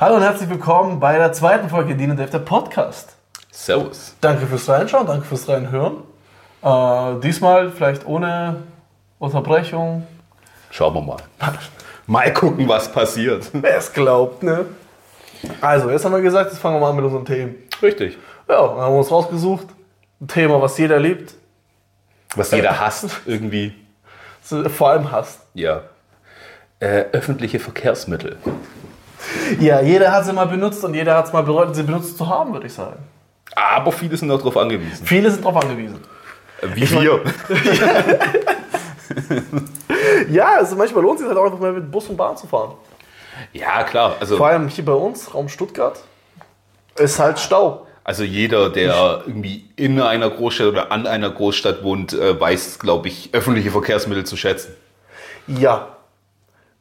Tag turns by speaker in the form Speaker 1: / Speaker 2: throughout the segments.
Speaker 1: Hallo und herzlich willkommen bei der zweiten Folge Dean und Dave, der Podcast.
Speaker 2: Servus.
Speaker 1: Danke fürs Reinschauen, danke fürs Reinhören. Äh, diesmal vielleicht ohne Unterbrechung.
Speaker 2: Schauen wir mal. Mal gucken, was passiert.
Speaker 1: Wer es glaubt, ne? Also, jetzt haben wir gesagt, jetzt fangen wir mal an mit unseren Themen.
Speaker 2: Richtig.
Speaker 1: Ja, dann haben wir uns rausgesucht. Ein Thema, was jeder liebt,
Speaker 2: Was jeder hasst, Äh, irgendwie.
Speaker 1: vor allem hasst.
Speaker 2: Ja. Äh, öffentliche Verkehrsmittel.
Speaker 1: Ja, jeder hat sie mal benutzt und jeder hat es mal bereut, sie benutzt zu haben, würde ich sagen.
Speaker 2: Aber viele sind noch darauf angewiesen. Äh,
Speaker 1: Viele sind darauf angewiesen.
Speaker 2: Wie wir.
Speaker 1: Ja, also manchmal lohnt es sich halt auch einfach mal mit Bus und Bahn zu fahren.
Speaker 2: Ja, klar.
Speaker 1: Vor
Speaker 2: Also,
Speaker 1: allem hier bei uns, Raum Stuttgart, ist halt Stau.
Speaker 2: also jeder, der irgendwie in einer Großstadt oder an einer Großstadt wohnt, äh, weiß, glaube ich, öffentliche Verkehrsmittel zu schätzen.
Speaker 1: Ja.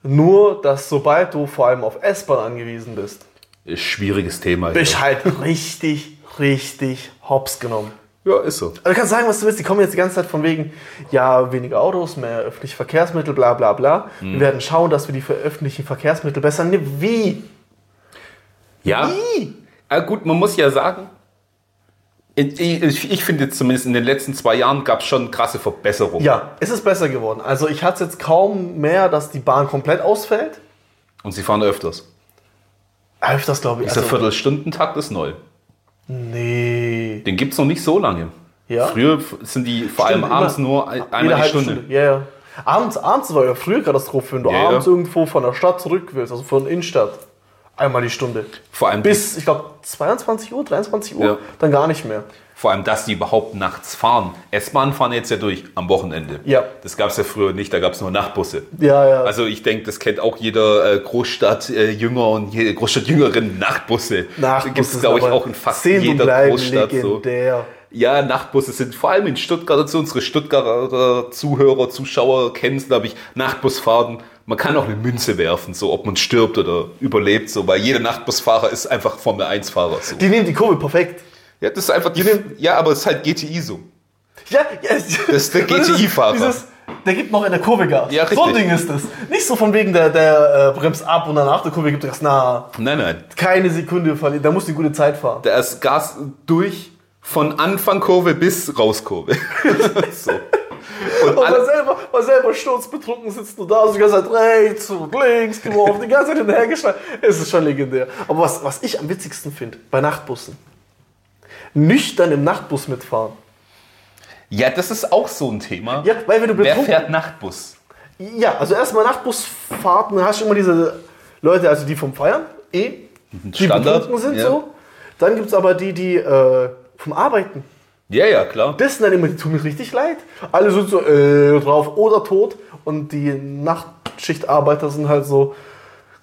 Speaker 1: Nur, dass sobald du vor allem auf S-Bahn angewiesen bist,
Speaker 2: Ist Äh, Schwieriges Thema. Also,
Speaker 1: bist halt richtig, richtig hops genommen.
Speaker 2: Ja, ist so.
Speaker 1: Also du kannst sagen, was du willst. Die kommen jetzt die ganze Zeit von wegen, ja, weniger Autos, mehr öffentliche Verkehrsmittel, bla bla bla. Wir werden schauen, dass wir die für öffentlichen Verkehrsmittel besser nehmen. Wie?
Speaker 2: Ja.
Speaker 1: Wie?
Speaker 2: Ah, gut, man muss ja sagen, ich, ich, ich finde zumindest in den letzten zwei Jahren gab es schon krasse Verbesserungen.
Speaker 1: Ja, es ist besser geworden. Also ich hatte es jetzt kaum mehr, dass die Bahn komplett ausfällt.
Speaker 2: Und sie fahren öfters.
Speaker 1: Öfters, glaube ich.
Speaker 2: Dieser
Speaker 1: Also,
Speaker 2: Viertelstundentakt ist neu.
Speaker 1: nee.
Speaker 2: Den gibt es noch nicht so lange.
Speaker 1: Ja?
Speaker 2: Früher f- sind die vor
Speaker 1: Stimmt,
Speaker 2: allem
Speaker 1: immer.
Speaker 2: abends nur ein,
Speaker 1: Jede
Speaker 2: einmal die
Speaker 1: halbe
Speaker 2: Stunde.
Speaker 1: Ja, ja. Abends, abends war ja früher Katastrophe, wenn du
Speaker 2: Ja, ja.
Speaker 1: abends irgendwo von der Stadt zurück willst, also von der Innenstadt. Einmal die Stunde.
Speaker 2: Vor allem,
Speaker 1: Bis, ich glaube, 22 Uhr, 23 Uhr,
Speaker 2: Ja.
Speaker 1: dann gar nicht mehr.
Speaker 2: vor allem, dass die überhaupt nachts fahren. S-Bahn fahren jetzt ja durch am Wochenende.
Speaker 1: Ja.
Speaker 2: Das gab es ja früher nicht, da gab es nur Nachtbusse.
Speaker 1: Ja, ja.
Speaker 2: Also ich denke, das kennt auch jeder äh, Großstadtjünger und jede Großstadtjüngerin Nachtbusse.
Speaker 1: Nachtbus
Speaker 2: Gibt es,
Speaker 1: ist
Speaker 2: glaube ich,
Speaker 1: aber
Speaker 2: auch in fast
Speaker 1: sehen und
Speaker 2: jeder
Speaker 1: bleiben
Speaker 2: Großstadt so.
Speaker 1: legendär.
Speaker 2: Ja, Nachtbusse sind vor allem in Stuttgart, also unsere Stuttgarter Zuhörer, Zuschauer kennen es, glaube ich, Nachtbusfahrten. Man kann auch eine Münze werfen, so ob man stirbt oder überlebt, so, weil jeder Nachtbusfahrer ist einfach Formel 1-Fahrer. So.
Speaker 1: Die nehmen die Kurve perfekt.
Speaker 2: Ja, das ist einfach die, ja, aber es ist halt GTI so.
Speaker 1: Ja, yes.
Speaker 2: Das ist der GTI-Fahrer.
Speaker 1: Dieses, Der gibt noch in der Kurve Gas.
Speaker 2: Ja,
Speaker 1: so ein
Speaker 2: richtig.
Speaker 1: Ding ist das. Nicht so von wegen, der, der äh, bremst ab und danach der Kurve gibt Gas. Na,
Speaker 2: Nein, nein.
Speaker 1: keine Sekunde verlieren. Da musst du eine gute Zeit fahren.
Speaker 2: Da ist Gas durch von Anfang Kurve bis Rauskurve. so. Und
Speaker 1: Und man
Speaker 2: alle,
Speaker 1: selber, man selber sturzbetrunken sitzt nur da und die ganze Zeit rechts und links geworfen, die ganze Zeit hinterhergeschlagen. Es ist schon legendär. Aber was, was ich am witzigsten finde bei Nachtbussen, nüchtern im Nachtbus mitfahren.
Speaker 2: ja, das ist auch so ein Thema.
Speaker 1: Ja, weil wenn du
Speaker 2: Wer
Speaker 1: betrunken-
Speaker 2: fährt Nachtbus?
Speaker 1: Ja, also erstmal Nachtbusfahrten hast du immer diese Leute, also die vom Feiern, eh, die
Speaker 2: Mhm. Standard,
Speaker 1: betrunken sind
Speaker 2: ja.
Speaker 1: so. Dann gibt es aber die, die äh, vom Arbeiten.
Speaker 2: Ja, ja, klar.
Speaker 1: Das sind dann immer, die tun mir richtig leid. Alle sind so äh, drauf oder tot und die Nachtschichtarbeiter sind halt so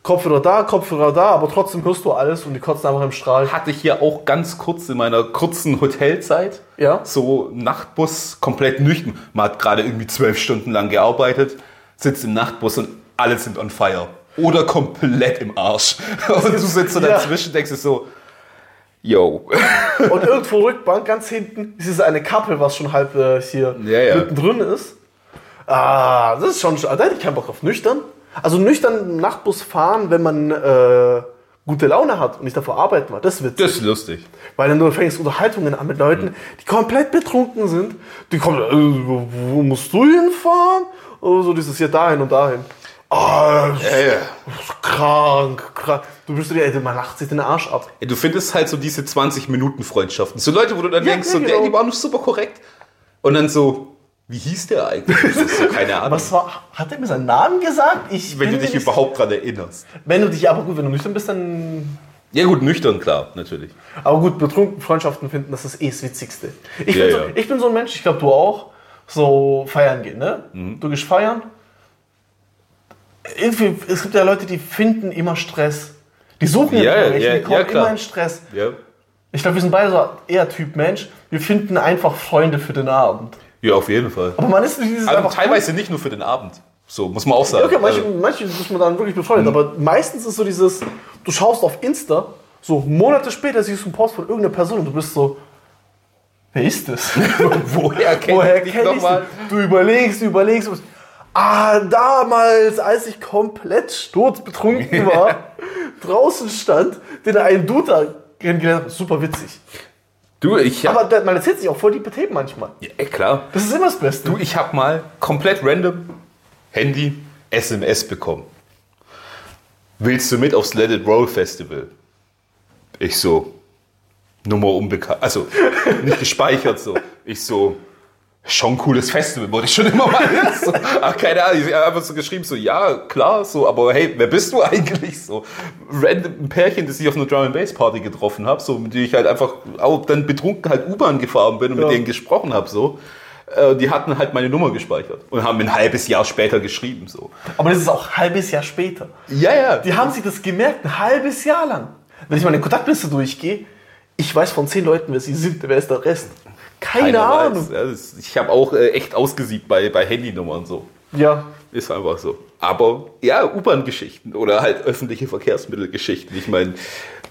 Speaker 1: Kopfhörer da, Kopfhörer da, aber trotzdem hörst du alles und die kotzen einfach im Strahl.
Speaker 2: hatte ich ja auch ganz kurz in meiner kurzen Hotelzeit.
Speaker 1: Ja.
Speaker 2: So Nachtbus, komplett nüchtern. Man hat gerade irgendwie zwölf Stunden lang gearbeitet, sitzt im Nachtbus und alle sind on fire. Oder komplett im Arsch. Und du sitzt so
Speaker 1: Ja.
Speaker 2: dazwischen, denkst dir so, yo.
Speaker 1: Und irgendwo Rückbank, ganz hinten, ist diese eine Kappe, was schon halb äh, hier
Speaker 2: Ja, ja.
Speaker 1: mittendrin ist. Ah, das ist schon, da hätte ich keinen Bock auf nüchtern. Also nüchtern Nachtbus fahren, wenn man äh, gute Laune hat und nicht davor arbeiten war, das wird
Speaker 2: Das ist lustig.
Speaker 1: Weil dann du fängst Unterhaltungen an mit
Speaker 2: Mhm.
Speaker 1: Leuten, die komplett betrunken sind. Die kommen, äh, wo, wo musst du hinfahren? Und so dieses hier dahin und dahin. Ah,
Speaker 2: Ja, ja.
Speaker 1: krank, krank. Du bist dir, ey, man lacht sich den Arsch ab.
Speaker 2: Du findest halt so diese 20-Minuten-Freundschaften. So Leute, wo du dann
Speaker 1: Ja,
Speaker 2: denkst,
Speaker 1: ja,
Speaker 2: so,
Speaker 1: genau.
Speaker 2: der, die waren super korrekt. Und dann so, wie hieß der eigentlich? Das ist so, keine Ahnung.
Speaker 1: Was war, hat er mir seinen Namen gesagt? Ich
Speaker 2: Wenn
Speaker 1: bin
Speaker 2: du
Speaker 1: mir
Speaker 2: dich
Speaker 1: nicht-
Speaker 2: überhaupt dran erinnerst.
Speaker 1: Wenn du dich, aber gut, wenn du nüchtern bist, dann.
Speaker 2: Ja gut, nüchtern, klar, natürlich.
Speaker 1: Aber gut, betrunken Freundschaften finden, das ist eh das Witzigste. Ich,
Speaker 2: Ja,
Speaker 1: bin, so,
Speaker 2: ja.
Speaker 1: ich bin so ein Mensch, ich glaube, du auch, so feiern gehen, ne?
Speaker 2: Mhm.
Speaker 1: Du gehst feiern. Irgendwie, es gibt ja Leute, die finden immer Stress. Die suchen
Speaker 2: Ja,
Speaker 1: nicht
Speaker 2: ja,
Speaker 1: mehr welchen,
Speaker 2: ja,
Speaker 1: die kommen
Speaker 2: ja, klar.
Speaker 1: immer in Stress.
Speaker 2: Ja.
Speaker 1: Ich glaube, wir sind beide so eher Typ Mensch. Wir finden einfach Freunde für den Abend.
Speaker 2: Ja, auf jeden Fall.
Speaker 1: Aber man ist nicht dieses
Speaker 2: Aber
Speaker 1: einfach-
Speaker 2: teilweise nicht nur für den Abend. So, muss man auch sagen.
Speaker 1: Okay, manche,
Speaker 2: Also, Mhm.
Speaker 1: manche ist man dann wirklich befreundet, aber meistens ist so dieses, du schaust auf Insta, so Monate später siehst du einen Post von irgendeiner Person und du bist so, wer ist das?
Speaker 2: woher kenn
Speaker 1: Woher
Speaker 2: ich dich
Speaker 1: kenn ich
Speaker 2: nochmal?
Speaker 1: sie? Du überlegst, du überlegst. Und ah, damals, als ich komplett sturzbetrunken war, draußen stand, den ein Dude da kennengelernt hat. Super witzig.
Speaker 2: Du, ich hab,
Speaker 1: Aber da- man erzählt sich auch voll die Themen manchmal.
Speaker 2: ja, eh, klar.
Speaker 1: Das ist immer das Beste.
Speaker 2: Du, ich hab mal komplett random Handy SMS bekommen. Willst du mit aufs Let It Roll Festival? Ich so, Nummer unbekannt, also nicht gespeichert so. Ich so, schon cooles Festival, wollte ich schon immer mal. So, ach, keine Ahnung, ich habe einfach so geschrieben, so, ja, klar, so, aber hey, wer bist du eigentlich? So, random ein Pärchen, das ich auf einer Drum-and-Bass-Party getroffen habe, so, mit denen ich halt einfach auch dann betrunken halt U-Bahn gefahren bin und
Speaker 1: Ja.
Speaker 2: mit denen gesprochen habe, so. Äh, Die hatten halt meine Nummer gespeichert und haben mir ein halbes Jahr später geschrieben. So.
Speaker 1: Aber das ist auch ein halbes Jahr später.
Speaker 2: Ja, ja.
Speaker 1: Die haben sich das gemerkt, ein halbes Jahr lang. Wenn ich meine Kontaktliste durchgehe, ich weiß von zehn Leuten, wer sie sind, wer ist der Rest. Keine
Speaker 2: Keiner weiß.
Speaker 1: Ahnung.
Speaker 2: Ja, das- ich habe auch äh, echt ausgesiebt bei, bei Handynummern so.
Speaker 1: Ja.
Speaker 2: Ist einfach so. Aber ja, U-Bahn-Geschichten oder halt öffentliche Verkehrsmittelgeschichten. Ich meine,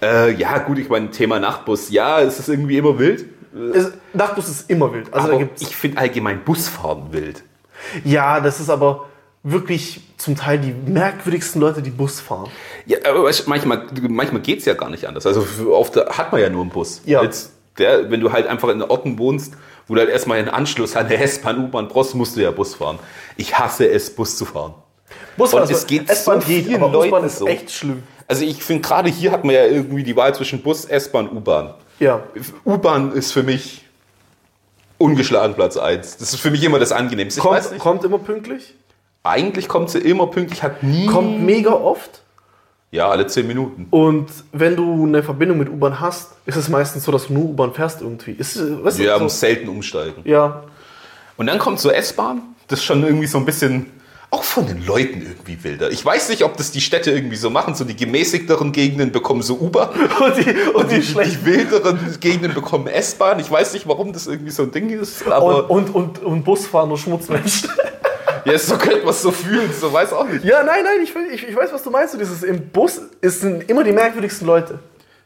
Speaker 2: äh, ja gut, ich meine, Thema Nachtbus, ja, es ist irgendwie immer wild.
Speaker 1: Es, Nachtbus ist immer wild. Also da
Speaker 2: Aber
Speaker 1: gibt's,
Speaker 2: ich finde allgemein Busfahren wild.
Speaker 1: ja, das ist aber wirklich zum Teil die merkwürdigsten Leute, die Bus fahren.
Speaker 2: Ja, aber weißt du, manchmal, manchmal geht es ja gar nicht anders. Also f- oft hat man ja nur einen Bus.
Speaker 1: Ja.
Speaker 2: Jetzt, der, wenn du halt einfach in Orten wohnst, wo du halt erstmal einen Anschluss an der S-Bahn, U-Bahn brauchst, musst du ja Bus fahren. Ich hasse es, Bus zu fahren.
Speaker 1: Busfahren
Speaker 2: Und es geht
Speaker 1: S-Bahn
Speaker 2: so
Speaker 1: geht,
Speaker 2: vielen
Speaker 1: aber Busbahn
Speaker 2: Leuten
Speaker 1: ist
Speaker 2: so.
Speaker 1: echt schlimm.
Speaker 2: Also ich finde, gerade hier hat man ja irgendwie die Wahl zwischen Bus, S-Bahn, U-Bahn.
Speaker 1: Ja.
Speaker 2: U-Bahn ist für mich ungeschlagen Platz 1. Das ist für mich immer das Angenehmste. Ich weiß
Speaker 1: Kommt,
Speaker 2: nicht,
Speaker 1: kommt immer pünktlich,
Speaker 2: eigentlich kommt sie immer pünktlich, hat nie...
Speaker 1: kommt mega oft.
Speaker 2: Ja, alle 10 Minuten.
Speaker 1: Und wenn du eine Verbindung mit U-Bahn hast, ist es meistens so, dass du nur U-Bahn fährst irgendwie. Ist, äh, weißt du,
Speaker 2: Wir haben
Speaker 1: so,
Speaker 2: selten umsteigen.
Speaker 1: ja,
Speaker 2: Und dann kommt so S-Bahn, das ist schon irgendwie so ein bisschen, auch von den Leuten irgendwie wilder. Ich weiß nicht, ob das die Städte irgendwie so machen, so die gemäßigteren Gegenden bekommen so Uber
Speaker 1: Und die, und die
Speaker 2: die, die
Speaker 1: schlechten.
Speaker 2: wilderen Gegenden bekommen S-Bahn. Ich weiß nicht, warum das irgendwie so ein Ding ist,
Speaker 1: Und,
Speaker 2: aber
Speaker 1: und, und, und Busfahren und Schmutzmenschen.
Speaker 2: ja, so könnte man es so fühlen, so weiß auch nicht.
Speaker 1: ja, nein, nein, ich, will- ich, ich weiß, was du meinst. Du, dieses im Bus ist, sind immer die merkwürdigsten Leute.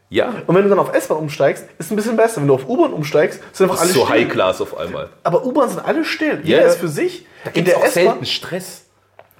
Speaker 2: Ja,
Speaker 1: Und wenn du dann auf S-Bahn umsteigst, ist es ein bisschen besser. Wenn du auf U-Bahn umsteigst, sind einfach alle
Speaker 2: so
Speaker 1: still.
Speaker 2: High Class auf einmal.
Speaker 1: Aber U-Bahn sind alle still.
Speaker 2: Ja,
Speaker 1: Jeder
Speaker 2: ja.
Speaker 1: ist für sich. in
Speaker 2: Gibt's
Speaker 1: der
Speaker 2: auch
Speaker 1: S-Bahn.
Speaker 2: selten Stress.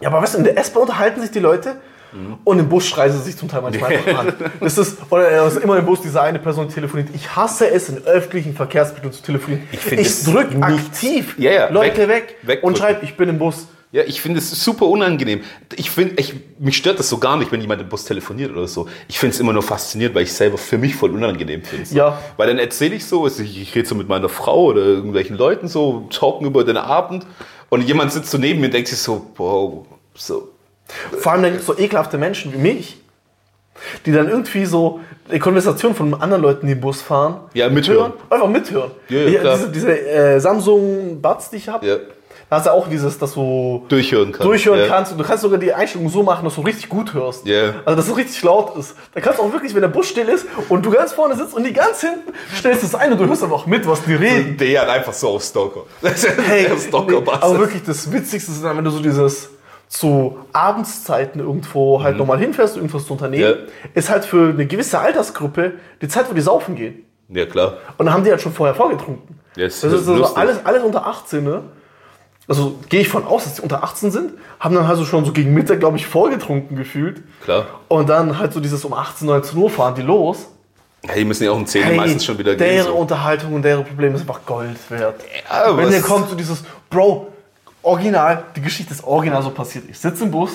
Speaker 1: Ja, aber weißt du, in der S-Bahn unterhalten sich die Leute
Speaker 2: Mhm.
Speaker 1: und im Bus schreien sie sich zum Teil manchmal einfach an. Das ist, oder es ist immer im Bus diese eine Person die telefoniert. Ich hasse es, in öffentlichen Verkehrsmitteln zu telefonieren. Ich,
Speaker 2: find es
Speaker 1: drücke
Speaker 2: nicht-
Speaker 1: aktiv
Speaker 2: Ja, ja,
Speaker 1: Leute
Speaker 2: weg-
Speaker 1: weg,
Speaker 2: wegdrücken.
Speaker 1: und schreibe, ich bin im Bus.
Speaker 2: Ja, ich finde es super unangenehm. Ich finde, ich, mich stört das so gar nicht, wenn jemand im Bus telefoniert oder so. Ich finde es immer nur faszinierend, weil ich selber für mich voll unangenehm finde. So.
Speaker 1: Ja.
Speaker 2: Weil dann erzähle ich so, also ich, ich rede so mit meiner Frau oder irgendwelchen Leuten so, talken über den Abend und jemand sitzt so neben mir und denkt sich so, wow, so.
Speaker 1: Vor allem dann gibt's so ekelhafte Menschen wie mich, die dann irgendwie so eine Konversation von anderen Leuten, die im Bus fahren,
Speaker 2: Ja, mithören.
Speaker 1: Einfach mithören.
Speaker 2: Ja, ja, klar.
Speaker 1: diese diese äh, Samsung-Buds, die ich habe,
Speaker 2: Ja.
Speaker 1: da hast du auch dieses, dass du
Speaker 2: Durchhören kannst.
Speaker 1: durchhören
Speaker 2: ja.
Speaker 1: kannst und du kannst sogar die Einstellung so machen, dass du richtig gut hörst.
Speaker 2: Ja.
Speaker 1: Also, dass es richtig laut ist. Da kannst du auch wirklich, wenn der Bus still ist und du ganz vorne sitzt und die ganz hinten, stellst du es ein und du hörst aber auch mit, was die reden.
Speaker 2: Der hat einfach so auf Stalker. Hey,
Speaker 1: nee, aber wirklich das Witzigste ist dann, wenn du so dieses zu Abendszeiten irgendwo halt nochmal hinfährst, irgendwas zu unternehmen,
Speaker 2: Mhm. Ja.
Speaker 1: ist halt für eine gewisse Altersgruppe die Zeit, wo die saufen gehen.
Speaker 2: Ja, klar.
Speaker 1: Und dann haben die halt schon vorher vorgetrunken.
Speaker 2: Ja, das ist
Speaker 1: das ist so
Speaker 2: lustig.
Speaker 1: alles, alles unter 18, ne? Also gehe ich von aus, dass die unter 18 sind, haben dann halt so schon so gegen Mittag, glaube ich, vorgetrunken gefühlt.
Speaker 2: Klar.
Speaker 1: Und dann halt so dieses um 18, 19 Uhr fahren die los.
Speaker 2: Ja, die müssen ja auch um 10 Uhr meistens schon wieder gehen.
Speaker 1: deren
Speaker 2: So.
Speaker 1: Unterhaltung und deren Problem ist einfach Gold wert.
Speaker 2: Ja, aber
Speaker 1: Wenn
Speaker 2: es-
Speaker 1: hier kommt so dieses, Bro, original, die Geschichte ist original so passiert. Ich sitze im Bus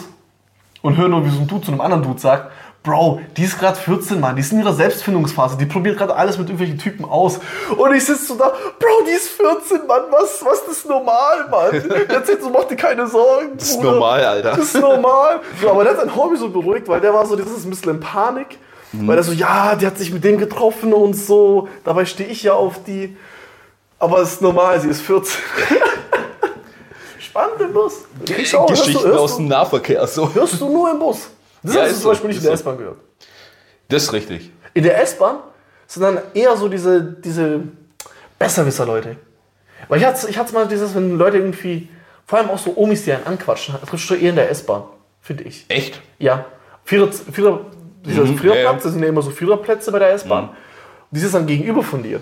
Speaker 1: und höre nur, wie so ein Dude zu einem anderen Dude sagt, Bro, die ist gerade 14, Mann, die ist in ihrer Selbstfindungsphase, die probiert gerade alles mit irgendwelchen Typen aus. Und ich sitze so da, Bro, die ist 14, Mann, was, was ist normal, Mann? Erzählt so, mach dir keine Sorgen.
Speaker 2: Das ist normal, Alter.
Speaker 1: Das ist normal. So, aber der hat sein Homie so beruhigt, weil der war so dieses ein bisschen in Panik.
Speaker 2: Mhm.
Speaker 1: Weil er so, ja, die hat sich mit dem getroffen und so. Dabei stehe ich ja auf die. Aber es ist normal, sie ist 14. Spannend im Bus. Ich auch, hörst, du,
Speaker 2: Geschichten aus
Speaker 1: hörst, du,
Speaker 2: dem Nahverkehr. So.
Speaker 1: hörst du nur im Bus. Das
Speaker 2: Ja,
Speaker 1: hast du
Speaker 2: ist
Speaker 1: zum
Speaker 2: so,
Speaker 1: Beispiel nicht
Speaker 2: ist
Speaker 1: in der
Speaker 2: so.
Speaker 1: S-Bahn gehört.
Speaker 2: Das ist richtig.
Speaker 1: In der S-Bahn sind dann eher so diese, diese Besserwisser-Leute. Weil ich hatte, ich hatte mal dieses, wenn Leute irgendwie, vor allem auch so Omis, die einen anquatschen, triffst du eher in der S-Bahn, finde ich.
Speaker 2: Echt?
Speaker 1: Ja. Vierer, Vierer, dieser
Speaker 2: Mhm. ja, Mhm. ja.
Speaker 1: Viererplatz, das sind ja immer so Viererplätze bei der S-Bahn. Die sitzt dann gegenüber von dir.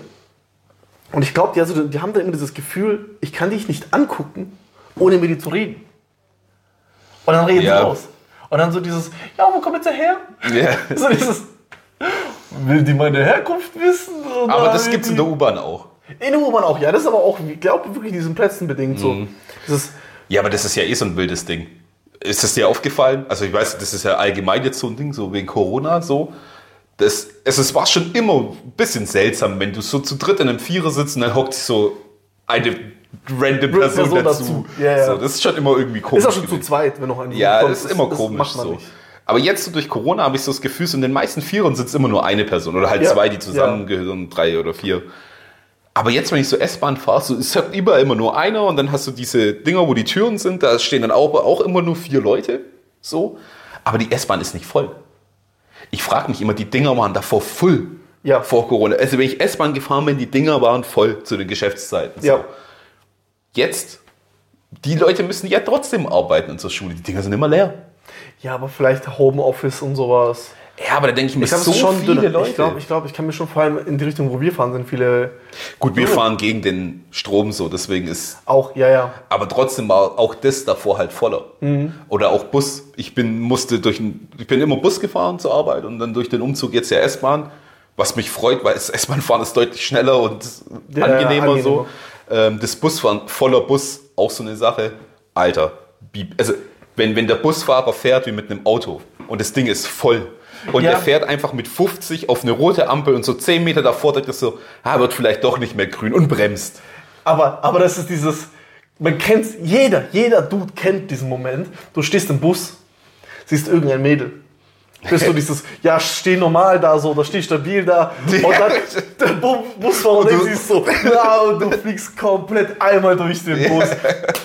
Speaker 1: Und ich glaube, die, also, die haben dann immer dieses Gefühl, ich kann dich nicht angucken, ohne mit dir zu reden. Und dann reden
Speaker 2: Ja.
Speaker 1: sie raus. Und dann so dieses, ja, wo kommt jetzt der her?
Speaker 2: Ja.
Speaker 1: So dieses, will die meine Herkunft wissen? Oder
Speaker 2: Aber das
Speaker 1: will
Speaker 2: gibt's
Speaker 1: die-
Speaker 2: in der U-Bahn auch.
Speaker 1: In der U-Bahn auch, ja. Das ist aber auch, ich glaube, wirklich diesen Plätzen bedingt
Speaker 2: Mhm.
Speaker 1: so. Dieses,
Speaker 2: Ja, aber das ist ja eh so ein wildes Ding. Ist das dir aufgefallen? Also ich weiß, das ist ja allgemein jetzt so ein Ding, so wegen Corona so. Das, es ist, war schon immer ein bisschen seltsam, wenn du so zu dritt in einem Vierer sitzt und dann hockt sich so eine random Person,
Speaker 1: Person
Speaker 2: dazu.
Speaker 1: dazu. Ja, ja.
Speaker 2: So, das ist schon immer irgendwie komisch.
Speaker 1: ist auch schon zu
Speaker 2: gewesen.
Speaker 1: zweit, wenn noch ein
Speaker 2: Ja,
Speaker 1: kommt.
Speaker 2: das ist immer komisch
Speaker 1: macht man
Speaker 2: so.
Speaker 1: nicht.
Speaker 2: Aber jetzt so durch Corona habe ich so das Gefühl, so in den meisten Vierern sitzt immer nur eine Person oder halt
Speaker 1: Ja,
Speaker 2: zwei, die
Speaker 1: ja.
Speaker 2: zusammengehören, drei oder vier. Aber jetzt, wenn ich so S-Bahn fahre, so ist halt immer, immer nur einer und dann hast du diese Dinger, wo die Türen sind, da stehen dann auch, auch immer nur vier Leute. So. Aber die S-Bahn ist nicht voll. Ich frage mich immer, die Dinger waren davor voll.
Speaker 1: Ja.
Speaker 2: Vor Corona. Also wenn ich S-Bahn gefahren bin, die Dinger waren voll zu den Geschäftszeiten. So.
Speaker 1: Ja.
Speaker 2: Jetzt, die Leute müssen ja trotzdem arbeiten in zur Schule. Die Dinger sind immer leer.
Speaker 1: ja, aber vielleicht Homeoffice und sowas.
Speaker 2: Ja, aber da denke ich mir,
Speaker 1: Ich glaube,
Speaker 2: so
Speaker 1: es ist schon
Speaker 2: viele
Speaker 1: dünn.
Speaker 2: Leute.
Speaker 1: Ich glaube, ich, glaub, ich kann mir schon vor allem in die Richtung, wo wir fahren, sind viele
Speaker 2: Gut, wir fahren gegen den Strom so, deswegen ist,
Speaker 1: auch, ja, ja.
Speaker 2: aber trotzdem war auch das davor halt voller.
Speaker 1: Mhm.
Speaker 2: Oder auch Bus. Ich bin, musste durch, ein- ich bin immer Bus gefahren zur Arbeit und dann durch den Umzug jetzt ja S-Bahn, was mich freut, weil es- S-Bahn fahren ist deutlich schneller und
Speaker 1: Ja,
Speaker 2: angenehmer,
Speaker 1: angenehmer.
Speaker 2: so. Ähm, das Busfahren, voller Bus, auch so eine Sache. Alter, wie- also wenn, wenn der Busfahrer fährt wie mit einem Auto und das Ding ist voll und
Speaker 1: Ja.
Speaker 2: der fährt einfach mit 50 auf eine rote Ampel und so 10 Meter davor denkt er so, ah, wird vielleicht doch nicht mehr grün und bremst.
Speaker 1: Aber, aber das ist dieses, man kennt's, jeder, jeder Dude kennt diesen Moment. Du stehst im Bus, siehst irgendein Mädel. Bist du dieses, ja, steh normal da so, oder steh stabil da. Und dann der Bu Busfahrer
Speaker 2: Und du-
Speaker 1: denkt sich so, ja, und du fliegst komplett einmal durch den Bus.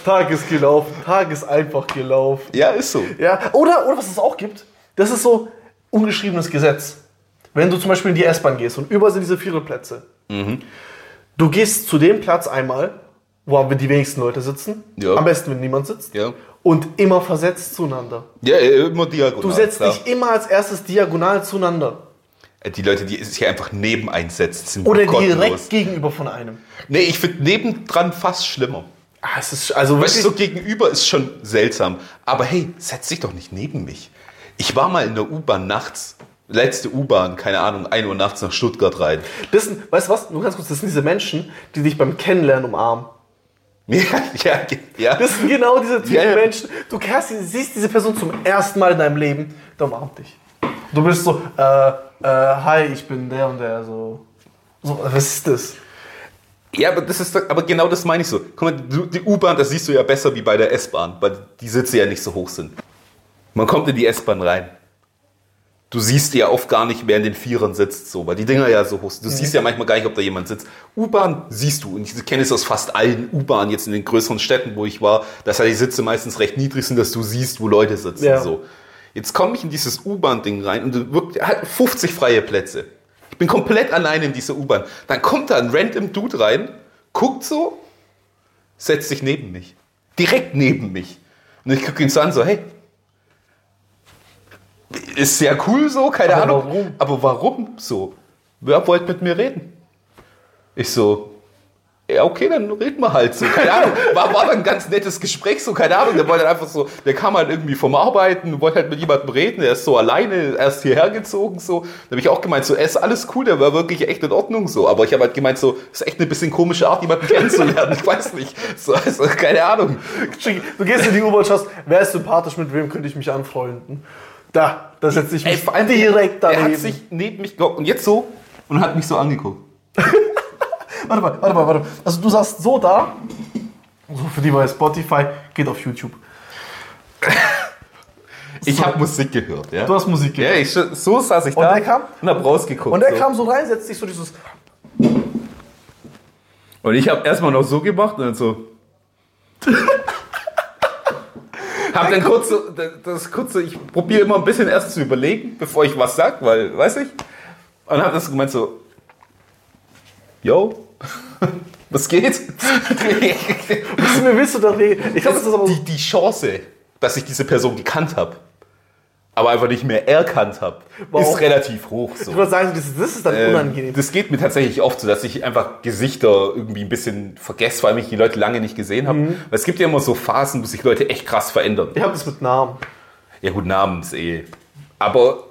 Speaker 1: Tag ist gelaufen, Tag ist einfach gelaufen.
Speaker 2: Ja, ist so.
Speaker 1: Ja, oder, oder was es auch gibt, das ist so ungeschriebenes Gesetz. Wenn du zum Beispiel in die S-Bahn gehst und überall sind diese Viererplätze,
Speaker 2: Mhm.
Speaker 1: du gehst zu dem Platz einmal, wo haben wir die wenigsten Leute sitzen,
Speaker 2: Ja.
Speaker 1: am besten, wenn niemand sitzt,
Speaker 2: Ja.
Speaker 1: und immer versetzt zueinander.
Speaker 2: Ja, äh, immer diagonal.
Speaker 1: Du setzt
Speaker 2: klar. Äh,
Speaker 1: dich immer als erstes diagonal zueinander
Speaker 2: Die Leute, die sich einfach neben einsetzen, sind
Speaker 1: oder
Speaker 2: gottlos.
Speaker 1: direkt gegenüber von einem.
Speaker 2: Nee, ich finde nebendran fast schlimmer.
Speaker 1: Ah, es ist also
Speaker 2: Weißt du,
Speaker 1: wirklich,
Speaker 2: so gegenüber ist schon seltsam. Aber hey, setz dich doch nicht neben mich. Ich war mal in der U-Bahn nachts, letzte U-Bahn, keine Ahnung, 1 Uhr nachts nach Stuttgart rein.
Speaker 1: das sind, weißt du was, nur ganz kurz, das sind diese Menschen, die dich beim Kennenlernen umarmen.
Speaker 2: Ja, ja, ja.
Speaker 1: Das sind genau diese Typen
Speaker 2: Ja, ja.
Speaker 1: Menschen. Du kennst, sie- siehst diese Person zum ersten Mal in deinem Leben, dann umarmt dich. Du bist so, äh, äh, hi, ich bin der und der, so. so was ist das?
Speaker 2: ja, aber das ist, doch- aber genau das meine ich so. Guck mal, du- die U-Bahn, das siehst du ja besser wie bei der S-Bahn, weil die Sitze ja nicht so hoch sind. Man kommt in die S-Bahn rein. Du siehst ja oft gar nicht, wer in den Vierern sitzt, so, weil die Dinger ja so hoch sind. Du siehst ja manchmal gar nicht, ob da jemand sitzt. U-Bahn siehst du, und ich kenne es aus fast allen U-Bahnen jetzt in den größeren Städten, wo ich war, dass ja die Sitze meistens recht niedrig sind, dass du siehst, wo Leute sitzen.
Speaker 1: Ja.
Speaker 2: So. Jetzt komme ich in dieses U-Bahn-Ding rein und wirklich hat 50 freie Plätze. Ich bin komplett alleine in dieser U-Bahn. Dann kommt da ein random Dude rein, guckt so, setzt sich neben mich. Direkt neben mich. Und ich gucke ihn so an, so, hey, ist sehr cool so, keine
Speaker 1: Aber
Speaker 2: Ahnung.
Speaker 1: warum?
Speaker 2: Aber warum so? Wer wollte mit mir reden? Ich so, ja, okay, dann reden wir halt so. Keine Ahnung. War, war dann ein ganz nettes Gespräch, so, keine Ahnung. Der wollte halt einfach so, der kam halt irgendwie vom Arbeiten, wollte halt mit jemandem reden, der ist so alleine erst hierher gezogen, so. Da habe ich auch gemeint, so, er ist alles cool, der war wirklich echt in Ordnung, so. Aber ich habe halt gemeint, so, ist echt eine bisschen komische Art, jemanden kennenzulernen. Ich weiß nicht. So, also, keine Ahnung.
Speaker 1: Du gehst in die U-Bahn, schaust, wer ist sympathisch, mit wem könnte ich mich anfreunden? Da, da setze ich mich
Speaker 2: Ey, vor allem
Speaker 1: direkt
Speaker 2: Er
Speaker 1: daneben.
Speaker 2: hat sich neben mich gehockt und jetzt so und hat mich so angeguckt.
Speaker 1: warte mal, warte mal, warte mal. Also du saßt so da, so für die bei Spotify, geht auf YouTube.
Speaker 2: Ich
Speaker 1: So.
Speaker 2: habe Musik gehört, ja.
Speaker 1: Du hast Musik
Speaker 2: ja,
Speaker 1: gehört.
Speaker 2: ich, so saß ich
Speaker 1: Und
Speaker 2: da
Speaker 1: der kam?
Speaker 2: und hab rausgeguckt.
Speaker 1: Und der
Speaker 2: so.
Speaker 1: kam so rein, setzt sich so dieses,
Speaker 2: Und ich habe erstmal noch so gemacht und dann so. hab dann kurz so, das kurze, ich probiere immer ein bisschen erst zu überlegen, bevor ich was sag, weil, weiß ich. Und hab das gemeint so. Yo. Was geht?
Speaker 1: "Zu mir willst du doch nicht. Ich glaube, das ist aber so.
Speaker 2: die, die Chance, dass ich diese Person gekannt habe, aber einfach nicht mehr erkannt habe,
Speaker 1: Warum?
Speaker 2: ist relativ hoch.
Speaker 1: Ich
Speaker 2: So.
Speaker 1: würde sagen, das, das ist dann
Speaker 2: Ähm,
Speaker 1: unangenehm.
Speaker 2: Das geht mir tatsächlich oft so, dass ich einfach Gesichter irgendwie ein bisschen vergesse, weil ich die
Speaker 1: Mhm.
Speaker 2: Leute lange nicht gesehen habe. Weil es gibt ja immer so Phasen, wo sich Leute echt krass verändern.
Speaker 1: Ich habe das mit Namen.
Speaker 2: Ja gut, namens eh. Aber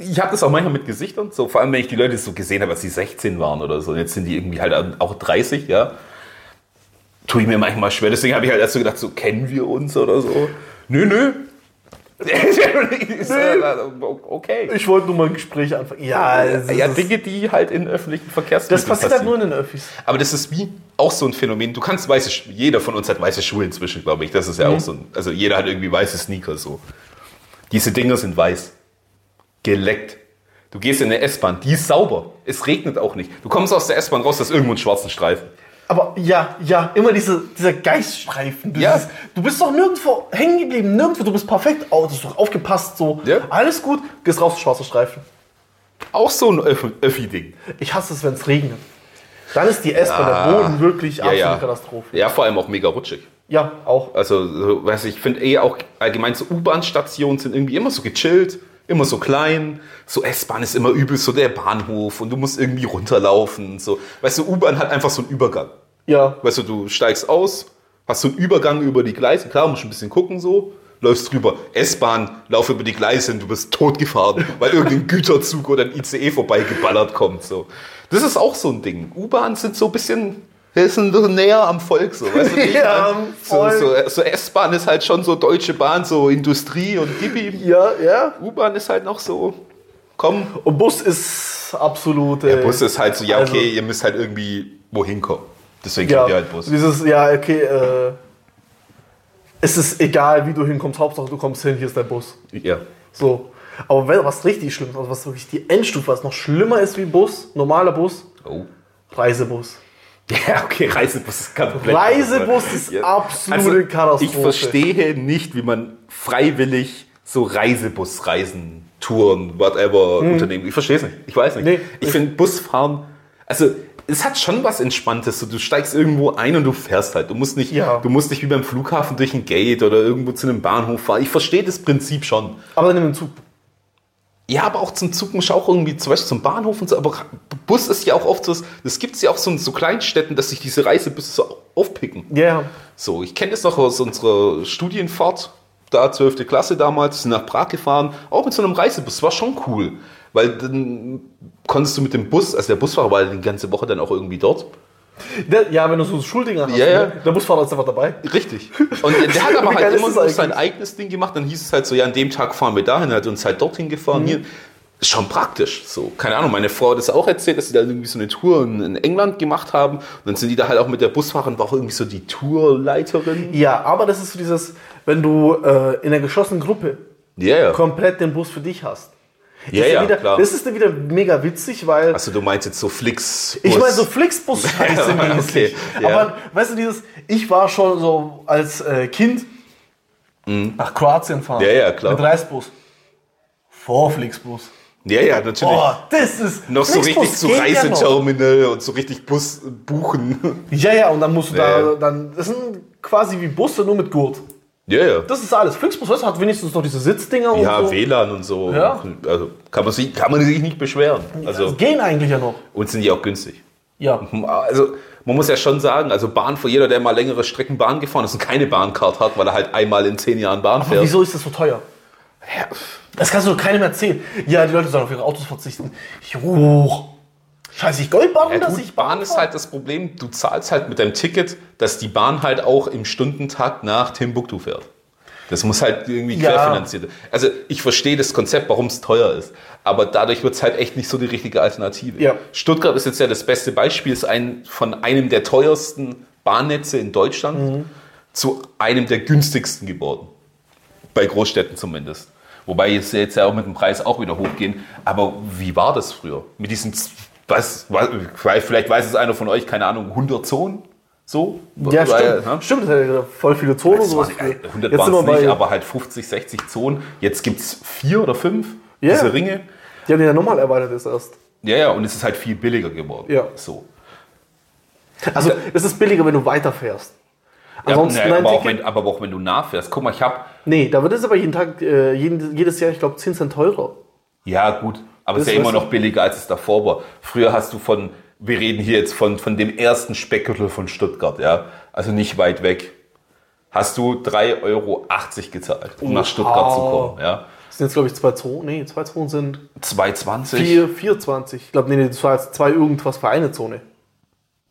Speaker 2: ich habe das auch manchmal mit Gesichtern, so vor allem wenn ich die Leute so gesehen habe, als sie 16 waren oder so. Und jetzt sind die irgendwie halt auch 30, ja. Tue ich mir manchmal schwer. Deswegen habe ich halt erst so gedacht, so kennen wir uns oder so. Nö, nö. okay.
Speaker 1: Ich wollte nur mal ein Gespräch anfangen. Ja, es
Speaker 2: Ja,
Speaker 1: ist-
Speaker 2: Dinge, die halt in öffentlichen Verkehrsmitteln
Speaker 1: das passiert halt nur in den Öffis.
Speaker 2: Aber das ist wie auch so ein Phänomen. Du kannst weiße, Sch- jeder von uns hat weiße Schuhe inzwischen, glaube ich. Das ist ja auch so ein, also jeder hat irgendwie weiße Sneaker so. Diese Dinger sind weiß. Geleckt. Du gehst in eine S-Bahn, die ist sauber. Es regnet auch nicht. Du kommst aus der S-Bahn raus, da ist irgendwo ein schwarzen Streifen.
Speaker 1: Aber ja, ja, immer diese, dieser Geiststreifen.
Speaker 2: Ja.
Speaker 1: Dieses, Du bist doch nirgendwo hängen geblieben, nirgendwo. Du bist perfekt, oh, du bist doch aufgepasst, so.
Speaker 2: Ja.
Speaker 1: Alles gut, gehst raus, schwarzer Streifen.
Speaker 2: Auch so ein Öff- Öffi-Ding.
Speaker 1: Ich hasse es, wenn es regnet. Dann ist die S-Bahn, der Boden wirklich absolute Katastrophe.
Speaker 2: Ah. Ja, vor allem auch mega rutschig.
Speaker 1: Ja, auch.
Speaker 2: Also, so, weiß ich, ich finde eh auch allgemein so U-Bahn-Stationen sind irgendwie immer so gechillt, immer so klein. So S-Bahn ist immer übel, so der Bahnhof und du musst irgendwie runterlaufen. und So. Weißt du, U-Bahn hat einfach so einen Übergang.
Speaker 1: Ja.
Speaker 2: Weißt du, du steigst aus, hast so einen Übergang über die Gleise, klar, musst ein bisschen gucken so, läufst drüber. S-Bahn, lauf über die Gleise und du bist totgefahren, weil irgendein Güterzug oder ein ICE vorbeigeballert kommt. So. Das ist auch so ein Ding. U-Bahn sind so ein bisschen, ist ein bisschen näher am Volk. So, weißt du, wie ich
Speaker 1: Ja,
Speaker 2: meine?
Speaker 1: am
Speaker 2: so,
Speaker 1: Volk.
Speaker 2: so, so S-Bahn ist halt schon so Deutsche Bahn, so Industrie und Gibi.
Speaker 1: Ja, ja.
Speaker 2: U-Bahn ist halt noch so, komm.
Speaker 1: Und Bus ist absolut. Der
Speaker 2: Der Bus ist halt so, ja,
Speaker 1: Also-
Speaker 2: okay, ihr müsst halt irgendwie wohin kommen. Deswegen
Speaker 1: ja,
Speaker 2: kriegt ihr halt Bus.
Speaker 1: Dieses, ja, okay, äh, es ist egal, wie du hinkommst, Hauptsache du kommst hin, hier ist dein Bus.
Speaker 2: Ja.
Speaker 1: So. Aber wenn was richtig schlimm ist, also was wirklich die Endstufe, was noch schlimmer ist wie Bus, normaler Bus,
Speaker 2: Oh.
Speaker 1: Reisebus.
Speaker 2: Ja, okay, Reisebus ist komplett.
Speaker 1: Reisebus ist absolute Katastrophe.
Speaker 2: Also, Ich verstehe nicht, wie man freiwillig so Reisebusreisen, Touren, whatever Unternehmen. Ich verstehe es nicht. Ich weiß nicht.
Speaker 1: Hm. Nee,
Speaker 2: ich
Speaker 1: ich-
Speaker 2: finde Busfahren, also es hat schon was Entspanntes. So, du steigst irgendwo ein und du fährst halt. Du musst nicht,
Speaker 1: Ja.
Speaker 2: du musst nicht wie beim Flughafen durch ein Gate oder irgendwo zu einem Bahnhof fahren. Ich verstehe das Prinzip schon.
Speaker 1: Aber dann nimm den Zug.
Speaker 2: Ja, aber auch zum Zug musst du auch irgendwie, zum Beispiel zum Bahnhof und so, aber Bus ist ja auch oft so, das gibt es ja auch so in so Kleinstädten, dass sich diese Reisebusse so aufpicken.
Speaker 1: Ja, ja.
Speaker 2: So, ich kenne das noch aus unserer Studienfahrt, da 12. Klasse damals, sind nach Prag gefahren, auch mit so einem Reisebus, war schon cool, weil dann konntest du mit dem Bus, also der Busfahrer war die ganze Woche dann auch irgendwie dort.
Speaker 1: Der- Ja, wenn du so ein Schuldinger hast,
Speaker 2: Ja, ja.
Speaker 1: Ne? der Busfahrer ist einfach dabei.
Speaker 2: Richtig. Und der hat
Speaker 1: Wie
Speaker 2: aber
Speaker 1: geil
Speaker 2: halt
Speaker 1: ist
Speaker 2: immer
Speaker 1: das
Speaker 2: nur
Speaker 1: eigentlich?
Speaker 2: sein eigenes Ding gemacht. Dann hieß es halt so, ja, an dem Tag fahren wir dahin, hat uns halt dorthin gefahren.
Speaker 1: Mhm.
Speaker 2: Hier. Ist schon praktisch. So, keine Ahnung, meine Frau hat das auch erzählt, dass sie da irgendwie so eine Tour in, in England gemacht haben. Und dann sind die da halt auch mit der Busfahrerin, war auch irgendwie so die Tourleiterin.
Speaker 1: Ja, aber das ist so dieses, wenn du äh, in einer geschlossenen Gruppe
Speaker 2: Ja, ja.
Speaker 1: komplett den Bus für dich hast.
Speaker 2: ja,
Speaker 1: ist
Speaker 2: ja,
Speaker 1: wieder,
Speaker 2: klar.
Speaker 1: Das ist dann wieder mega witzig, weil
Speaker 2: Also du meinst jetzt so Flix.
Speaker 1: Ich meine, so Flixbus-Scheiße
Speaker 2: Ja, okay,
Speaker 1: mäßig.
Speaker 2: ja.
Speaker 1: Aber weißt du, dieses, ich war schon so als äh, Kind nach Kroatien fahren.
Speaker 2: Mhm. Ja, ja, klar.
Speaker 1: Mit Reisbus. Vor Flixbus.
Speaker 2: Ja, ja, natürlich.
Speaker 1: Boah, das ist.
Speaker 2: Noch so
Speaker 1: Flixbus
Speaker 2: richtig zu
Speaker 1: geht ja noch.
Speaker 2: Reiseterminal und so richtig Bus buchen.
Speaker 1: Ja, ja, und dann musst du
Speaker 2: Ja, ja.
Speaker 1: da. Dann, das sind quasi wie Busse, nur mit Gurt.
Speaker 2: Ja, ja.
Speaker 1: Das ist alles. Flixbus, weißt du, hat wenigstens noch diese Sitzdinger und
Speaker 2: Ja,
Speaker 1: so.
Speaker 2: WLAN und so.
Speaker 1: Ja.
Speaker 2: Also kann man, sich, kann man sich nicht beschweren. Also,
Speaker 1: Das gehen eigentlich ja noch.
Speaker 2: und sind ja auch günstig.
Speaker 1: Ja.
Speaker 2: Also man muss ja schon sagen, also Bahn für jeder, der mal längere Strecken Bahn gefahren ist und keine Bahncard hat, weil er halt einmal in zehn Jahren Bahn
Speaker 1: Aber
Speaker 2: fährt.
Speaker 1: wieso ist das so teuer?
Speaker 2: Ja,
Speaker 1: Das kannst du doch keinem erzählen. Ja, die Leute sollen auf ihre Autos verzichten. Ich hoch. Scheiße, ich Goldbarren,
Speaker 2: ja,
Speaker 1: dass
Speaker 2: gut,
Speaker 1: ich
Speaker 2: Bahn ist
Speaker 1: fahre?
Speaker 2: halt das Problem, du zahlst halt mit deinem Ticket, dass die Bahn halt auch im Stundentakt nach Timbuktu fährt. Das muss halt irgendwie
Speaker 1: Ja.
Speaker 2: querfinanziert werden. Also ich verstehe das Konzept, warum es teuer ist, aber dadurch wird es halt echt nicht so die richtige Alternative.
Speaker 1: Ja.
Speaker 2: Stuttgart ist jetzt ja das beste Beispiel, ist ein, von einem der teuersten Bahnnetze in Deutschland
Speaker 1: Mhm.
Speaker 2: zu einem der günstigsten geworden. Bei Großstädten zumindest. Wobei jetzt, jetzt ja auch mit dem Preis auch wieder hochgehen. Aber wie war das früher? Mit diesen, z- was, was vielleicht vielleicht weiß es einer von euch, keine Ahnung, 100 Zonen? So?
Speaker 1: Ja,
Speaker 2: Weil,
Speaker 1: stimmt.
Speaker 2: ne?
Speaker 1: Stimmt, das hat ja voll viele Zonen und
Speaker 2: Das
Speaker 1: sowas.
Speaker 2: waren,
Speaker 1: Jetzt
Speaker 2: 100
Speaker 1: sind wir
Speaker 2: waren es
Speaker 1: bei.
Speaker 2: nicht, aber halt 50, 60 Zonen. Jetzt gibt es vier oder fünf,
Speaker 1: Ja.
Speaker 2: diese Ringe.
Speaker 1: die haben den ja nochmal erweitert ist erst.
Speaker 2: Ja, ja, und es ist halt viel billiger geworden.
Speaker 1: Ja.
Speaker 2: So.
Speaker 1: Also, es ist billiger, wenn du weiterfährst.
Speaker 2: Ja,
Speaker 1: Ansonsten
Speaker 2: ne,
Speaker 1: dein
Speaker 2: aber, auch
Speaker 1: Ticket-
Speaker 2: wenn, aber auch wenn du nachfährst. Guck mal, ich habe
Speaker 1: Nee, da wird es aber jeden Tag, äh, jeden, jedes Jahr, ich glaube, 10 Cent teurer.
Speaker 2: Ja, gut, aber es ist
Speaker 1: Das
Speaker 2: ja immer
Speaker 1: weißt du.
Speaker 2: noch billiger, als es davor war. Früher hast du von, wir reden hier jetzt von, von dem ersten Speckgürtel von Stuttgart, ja. Also nicht weit weg. hast du 3,80 Euro gezahlt, um nach Stuttgart zu kommen. Ja.
Speaker 1: Das sind jetzt, glaube ich, 2,2. Nee, 2,2 sind
Speaker 2: 2,20.
Speaker 1: 4, 4,20. Ich glaube, nee, nee, das war jetzt 2 irgendwas für eine Zone. Genau.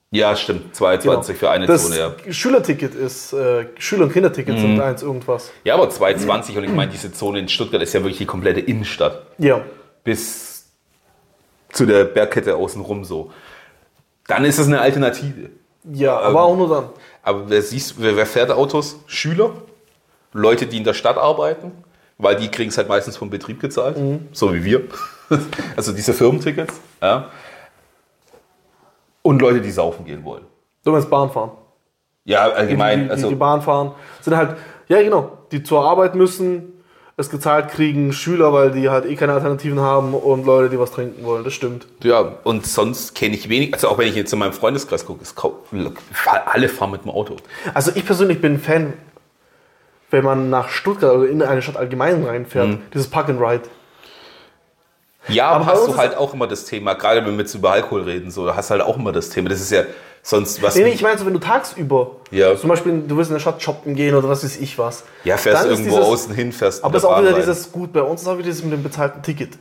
Speaker 2: Ja, stimmt. 2,20 für eine
Speaker 1: das
Speaker 2: Zone, ja. Mhm.
Speaker 1: Schülerticket ist, äh, Schüler- und Kinderticket sind eins irgendwas.
Speaker 2: Ja, aber 2,20 und ich meine, diese Zone in Stuttgart ist ja wirklich die komplette Innenstadt.
Speaker 1: Ja.
Speaker 2: bis zu der Bergkette außenrum so. Dann ist es eine Alternative.
Speaker 1: Ja,
Speaker 2: Ähm,
Speaker 1: aber auch nur dann.
Speaker 2: Aber wer, siehst, wer, wer fährt Autos? Schüler, Leute, die in der Stadt arbeiten, weil die kriegen es halt meistens vom Betrieb gezahlt,
Speaker 1: Mhm.
Speaker 2: so wie wir. Also diese Firmentickets. Ja. Und Leute, die saufen gehen wollen.
Speaker 1: Du meinst Bahn fahren.
Speaker 2: Ja,
Speaker 1: Die,
Speaker 2: allgemein.
Speaker 1: die,
Speaker 2: Also,
Speaker 1: die Bahn fahren. Sind halt, ja genau, die zur Arbeit müssen, es gezahlt kriegen, Schüler, weil die halt eh keine Alternativen haben und Leute, die was trinken wollen. Das stimmt.
Speaker 2: ja, und sonst kenne ich wenig. Also auch wenn ich jetzt in meinem Freundeskreis gucke, es kau- alle fahren mit dem Auto.
Speaker 1: Also ich persönlich bin Fan, wenn man nach Stuttgart oder in eine Stadt allgemein reinfährt,
Speaker 2: Mhm.
Speaker 1: dieses Park and Ride.
Speaker 2: Ja,
Speaker 1: Aber
Speaker 2: aber
Speaker 1: bei
Speaker 2: hast
Speaker 1: uns
Speaker 2: du
Speaker 1: ist-
Speaker 2: halt auch immer das Thema, gerade wenn wir jetzt über Alkohol reden, so, da hast du halt auch immer das Thema. Das ist ja sonst was.
Speaker 1: Nee, nee, ich meine so, wenn du tagsüber,
Speaker 2: Ja.
Speaker 1: zum Beispiel, du willst in der Stadt shoppen gehen oder was weiß ich was.
Speaker 2: ja, fährst
Speaker 1: dann ist
Speaker 2: irgendwo
Speaker 1: dieses-
Speaker 2: außen hin, fährst
Speaker 1: Aber
Speaker 2: mit
Speaker 1: es
Speaker 2: der
Speaker 1: ist auch
Speaker 2: Bahn
Speaker 1: wieder
Speaker 2: rein.
Speaker 1: dieses, gut, bei uns ist auch wieder dieses mit dem bezahlten Ticket.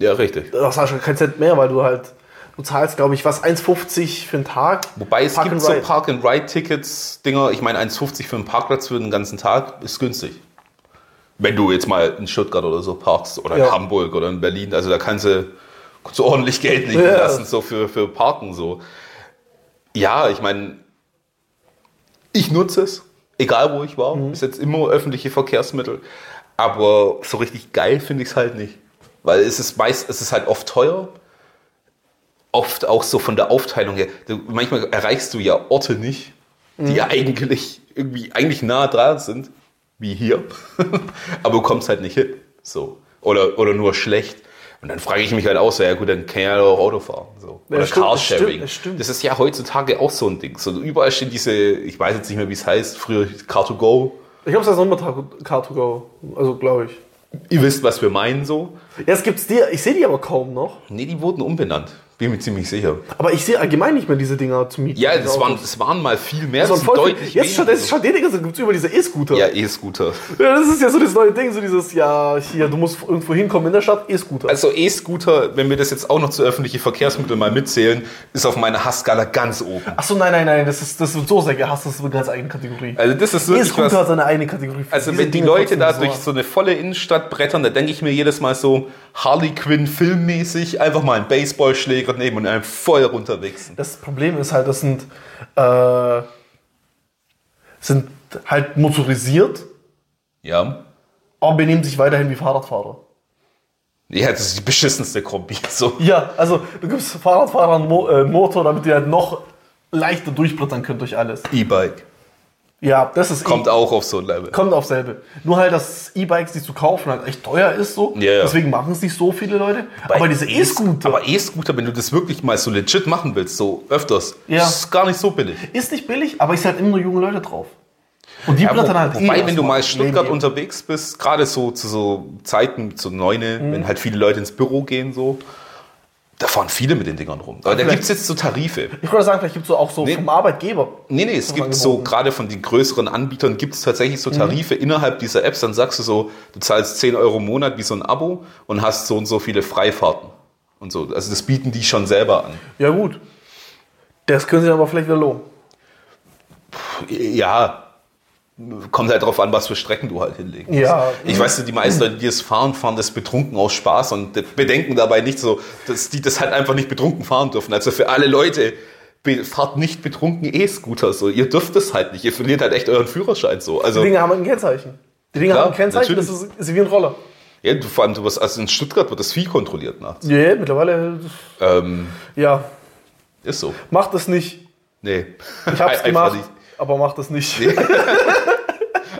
Speaker 2: Ja, richtig.
Speaker 1: Da hast du schon keinen Cent mehr, weil du halt, du zahlst, glaube ich, was, 1,50 für einen Tag.
Speaker 2: Wobei es
Speaker 1: Park
Speaker 2: gibt
Speaker 1: and
Speaker 2: so
Speaker 1: Ride.
Speaker 2: Park-and-Ride-Tickets, Dinger, ich meine 1,50 für einen Parkplatz für den ganzen Tag ist günstig. Wenn du jetzt mal in Stuttgart oder so parkst oder
Speaker 1: Ja.
Speaker 2: in Hamburg oder in Berlin, also da kannst du so ordentlich Geld liegen
Speaker 1: Ja.
Speaker 2: lassen, so für, für Parken so. Ja, ich meine, ich nutze es, egal wo ich war,
Speaker 1: Mhm.
Speaker 2: ist jetzt immer öffentliche Verkehrsmittel, aber so richtig geil finde ich es halt nicht, weil es ist meist, es ist halt oft teuer, oft auch so von der Aufteilung her. Du, manchmal erreichst du ja Orte nicht, die
Speaker 1: Mhm.
Speaker 2: ja eigentlich irgendwie eigentlich nahe dran sind, wie hier, aber du kommst halt nicht hin, so oder oder nur schlecht. Und dann frage ich mich halt auch so, ja gut, dann kann ich halt auch Auto fahren. So.
Speaker 1: Ja,
Speaker 2: Oder
Speaker 1: stimmt, das stimmt,
Speaker 2: Carsharing.
Speaker 1: das stimmt.
Speaker 2: Das ist ja heutzutage auch so ein Ding. So, überall stehen diese, ich weiß jetzt nicht mehr, wie es heißt, früher Car2Go.
Speaker 1: Ich glaube, es ist nochmal Car to Go. Also, glaube ich.
Speaker 2: Ihr wisst, was wir meinen so.
Speaker 1: Ja, es gibt's dir. Ich sehe die aber kaum noch.
Speaker 2: Nee, die wurden umbenannt. Bin mir ziemlich sicher.
Speaker 1: Aber ich sehe allgemein nicht mehr diese Dinger zu mieten.
Speaker 2: Ja,
Speaker 1: diese
Speaker 2: das
Speaker 1: Autos.
Speaker 2: waren, das waren mal viel mehr.
Speaker 1: Das waren
Speaker 2: sind
Speaker 1: voll
Speaker 2: deutlich
Speaker 1: viel, jetzt schon,
Speaker 2: weniger.
Speaker 1: das ist schon die Dinger, da gibt's über diese E-Scooter.
Speaker 2: ja, eh E-Scooter.
Speaker 1: Ja, das ist ja so das neue Ding, so dieses, ja, hier, du musst irgendwo hinkommen in der Stadt, E-Scooter.
Speaker 2: Also E-Scooter, wenn wir das jetzt auch noch zu öffentlichen Verkehrsmitteln mal mitzählen, ist auf meiner Hassskala ganz oben.
Speaker 1: Achso, nein, nein, nein, das, ist, das wird so sehr gehasst, das ist eine ganz eigene Kategorie.
Speaker 2: Also das ist wirklich
Speaker 1: E-Scooter hat
Speaker 2: was.
Speaker 1: seine eigene Kategorie. Für
Speaker 2: Also
Speaker 1: diese
Speaker 2: wenn die
Speaker 1: Dinge
Speaker 2: Leute
Speaker 1: trotzdem
Speaker 2: da
Speaker 1: so
Speaker 2: durch
Speaker 1: an.
Speaker 2: so eine volle Innenstadt brettern, da denke ich mir jedes Mal so Harley Quinn filmmäßig einfach mal einen Baseballschläger nehmen und einen voll runterwichsen.
Speaker 1: Das Problem ist halt, das sind, äh, sind halt motorisiert,
Speaker 2: Ja.
Speaker 1: aber benehmen sich weiterhin wie Fahrradfahrer.
Speaker 2: Ja, das ist die beschissenste Kombi. So.
Speaker 1: Ja, also du gibst Fahrradfahrern Mo äh, Motor, damit die halt noch leichter durchbrettern können durch alles.
Speaker 2: E-Bike.
Speaker 1: Ja, das ist eh,
Speaker 2: Kommt auch auf so ein Level.
Speaker 1: kommt auf selbe. Nur halt, dass E-Bikes, die zu kaufen, halt echt teuer ist so.
Speaker 2: Ja, ja.
Speaker 1: Deswegen machen es nicht so viele Leute. aber diese E-Scooter
Speaker 2: Aber E-Scooter, wenn du das wirklich mal so legit machen willst, so öfters,
Speaker 1: Ja.
Speaker 2: ist gar nicht so billig.
Speaker 1: ist nicht billig, aber es sind halt immer nur junge Leute drauf. Und die
Speaker 2: Ja,
Speaker 1: brettern halt
Speaker 2: wo, wobei, wenn du mal
Speaker 1: erstmal.
Speaker 2: in Stuttgart
Speaker 1: Nee, nee.
Speaker 2: unterwegs bist, gerade so zu so Zeiten, zu Neune,
Speaker 1: Mhm.
Speaker 2: wenn halt viele Leute ins Büro gehen, so, da fahren viele mit den Dingern rum. Aber da
Speaker 1: vielleicht-
Speaker 2: gibt es jetzt so Tarife.
Speaker 1: Ich würde sagen, vielleicht gibt es so auch so vom Arbeitgeber.
Speaker 2: Nee, nee, es gibt so,
Speaker 1: angeboten.
Speaker 2: gerade von den größeren Anbietern gibt es tatsächlich
Speaker 1: Mhm.
Speaker 2: so Tarife innerhalb dieser Apps, dann sagst du so, du zahlst 10 Euro im Monat wie so ein Abo und hast so und so viele Freifahrten. Und so. Also das bieten die schon selber an.
Speaker 1: Ja, gut. Das können sie aber vielleicht wieder loben.
Speaker 2: Ja. Kommt halt drauf an, was für Strecken du halt hinlegst.
Speaker 1: Ja.
Speaker 2: Ich weiß nicht, die meisten Leute, die es fahren, fahren das betrunken aus Spaß und bedenken dabei nicht so, dass die das halt einfach nicht betrunken fahren dürfen. Also für alle Leute, be- fahrt nicht betrunken E-Scooter so. Ihr dürft das halt nicht. Ihr verliert halt echt euren Führerschein so.
Speaker 1: Die
Speaker 2: Also,
Speaker 1: Dinger haben halt ein Kennzeichen. Die Dinger
Speaker 2: Klar,
Speaker 1: haben ein Kennzeichen, das ist, ist wie ein Roller.
Speaker 2: ja, du, vor allem, du wirst, also in Stuttgart wird das viel kontrolliert nachts.
Speaker 1: Ja, mittlerweile,
Speaker 2: Ähm,
Speaker 1: ja,
Speaker 2: ist so.
Speaker 1: macht das nicht.
Speaker 2: Nee.
Speaker 1: Ich hab's
Speaker 2: Einfach
Speaker 1: gemacht,
Speaker 2: nicht.
Speaker 1: aber macht das nicht.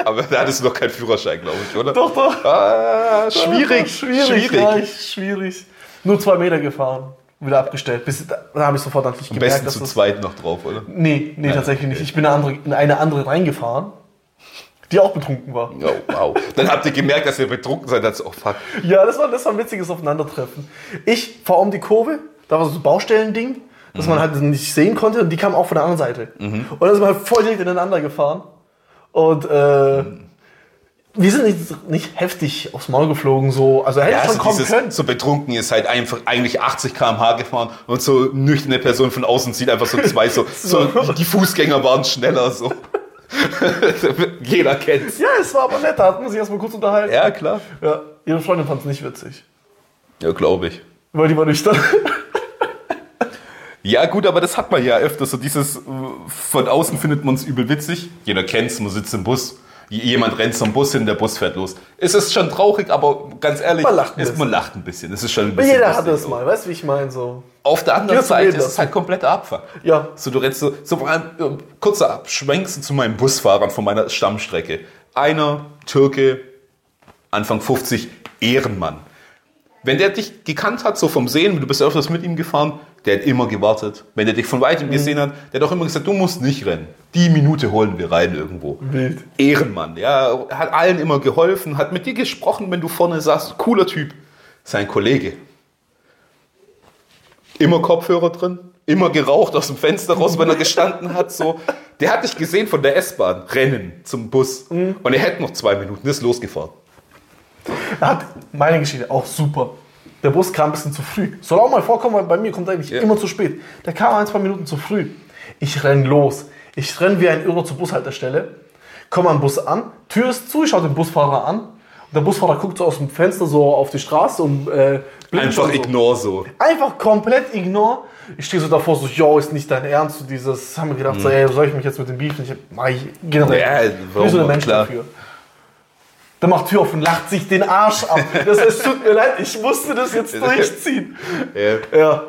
Speaker 2: Aber da hattest du noch keinen Führerschein, glaube ich, oder?
Speaker 1: Doch, doch.
Speaker 2: Ah, schwierig,
Speaker 1: schwierig,
Speaker 2: schwierig.
Speaker 1: ja, ich- schwierig. Nur zwei Meter gefahren, wieder abgestellt. Bis, da da habe ich sofort natürlich
Speaker 2: Am
Speaker 1: gemerkt,
Speaker 2: besten
Speaker 1: dass
Speaker 2: zu
Speaker 1: das...
Speaker 2: zweit noch drauf, oder?
Speaker 1: Nee, nee, tatsächlich nicht. Ich bin in eine andere, in eine andere reingefahren, die auch betrunken war.
Speaker 2: Oh, wow. Dann habt ihr gemerkt, dass ihr betrunken seid. Dann so, oh fuck.
Speaker 1: Ja, das war, das war ein witziges Aufeinandertreffen. Ich fahre um die Kurve, da war so ein Baustellending, das
Speaker 2: Mhm.
Speaker 1: man halt nicht sehen konnte und die kamen auch von der anderen Seite. Und dann sind wir halt voll direkt ineinander gefahren. Und äh,
Speaker 2: Mhm.
Speaker 1: wir sind nicht, nicht heftig aufs Maul geflogen, so. Also hätte
Speaker 2: Ja,
Speaker 1: schon
Speaker 2: also
Speaker 1: kommen
Speaker 2: dieses,
Speaker 1: können.
Speaker 2: so betrunken ist halt einfach eigentlich 80 km/h gefahren und so nüchterne Person von außen sieht einfach so zwei so, so. die Fußgänger waren schneller so. Jeder kennt's.
Speaker 1: Ja, es war aber nett, da hat man sich erstmal kurz unterhalten.
Speaker 2: Ja, klar.
Speaker 1: Ja, ihre Freundin fand es nicht witzig.
Speaker 2: Ja, glaube ich.
Speaker 1: Weil die war nüchtern.
Speaker 2: Ja, gut, aber das hat man ja öfter. So dieses, äh, von außen findet man es übel witzig. Jeder kennt's, man sitzt im Bus. J- Jemand rennt zum Bus hin, der Bus fährt los. Es ist schon traurig, aber ganz ehrlich,
Speaker 1: Man lacht ein
Speaker 2: es,
Speaker 1: bisschen.
Speaker 2: man lacht ein bisschen. Es ist schon ein bisschen
Speaker 1: Jeder hat
Speaker 2: lustig.
Speaker 1: das mal, weißt du, wie ich meine? So.
Speaker 2: Auf der anderen
Speaker 1: Ja, so
Speaker 2: Seite
Speaker 1: geht
Speaker 2: ist
Speaker 1: das.
Speaker 2: es halt kompletter Abfall.
Speaker 1: Ja.
Speaker 2: So, du rennst so, so vor allem, äh, kurzer Abschwenk zu meinen Busfahrern von meiner Stammstrecke. Einer, Türke, Anfang 50, Ehrenmann. Wenn der dich gekannt hat, so vom Sehen, du bist ja öfters mit ihm gefahren, der hat immer gewartet. Wenn der dich von
Speaker 1: Mhm.
Speaker 2: weitem gesehen hat, der hat auch immer gesagt, du musst nicht rennen. Die Minute holen wir rein irgendwo.
Speaker 1: Wild.
Speaker 2: Ehrenmann, ja, hat allen immer geholfen, hat mit dir gesprochen, wenn du vorne saßt. Cooler Typ. Sein Kollege. Immer Kopfhörer drin, immer geraucht aus dem Fenster raus, wenn er gestanden hat. So. Der hat dich gesehen von der S-Bahn rennen zum Bus.
Speaker 1: Mhm.
Speaker 2: Und er hätte noch zwei Minuten, ist losgefahren.
Speaker 1: Da hat meine Geschichte auch super. Der Bus kam ein bisschen zu früh. Soll auch mal vorkommen, weil bei mir kommt er eigentlich
Speaker 2: Ja.
Speaker 1: immer zu spät. Der kam ein, zwei Minuten zu früh. Ich renn los. Ich renn wie ein Irrer zur Bushaltestelle, komme am Bus an, Tür ist zu, ich schaue den Busfahrer an. Und der Busfahrer guckt so aus dem Fenster so auf die Straße und äh, blinkt
Speaker 2: Einfach
Speaker 1: schon so.
Speaker 2: ignore so.
Speaker 1: Einfach komplett ignore. Ich stehe so davor, so, yo, ist nicht dein Ernst. So dieses, haben wir gedacht, so, ey, soll ich mich jetzt mit dem Beef nicht, mach ich generell.
Speaker 2: Mhm. Ja,
Speaker 1: nicht.
Speaker 2: warum
Speaker 1: Wie so ein
Speaker 2: auch,
Speaker 1: Mensch
Speaker 2: klar.
Speaker 1: dafür. Der macht Tür auf und lacht sich den Arsch ab. Das heißt, es tut mir leid, ich musste das jetzt durchziehen.
Speaker 2: Ja.
Speaker 1: Ja.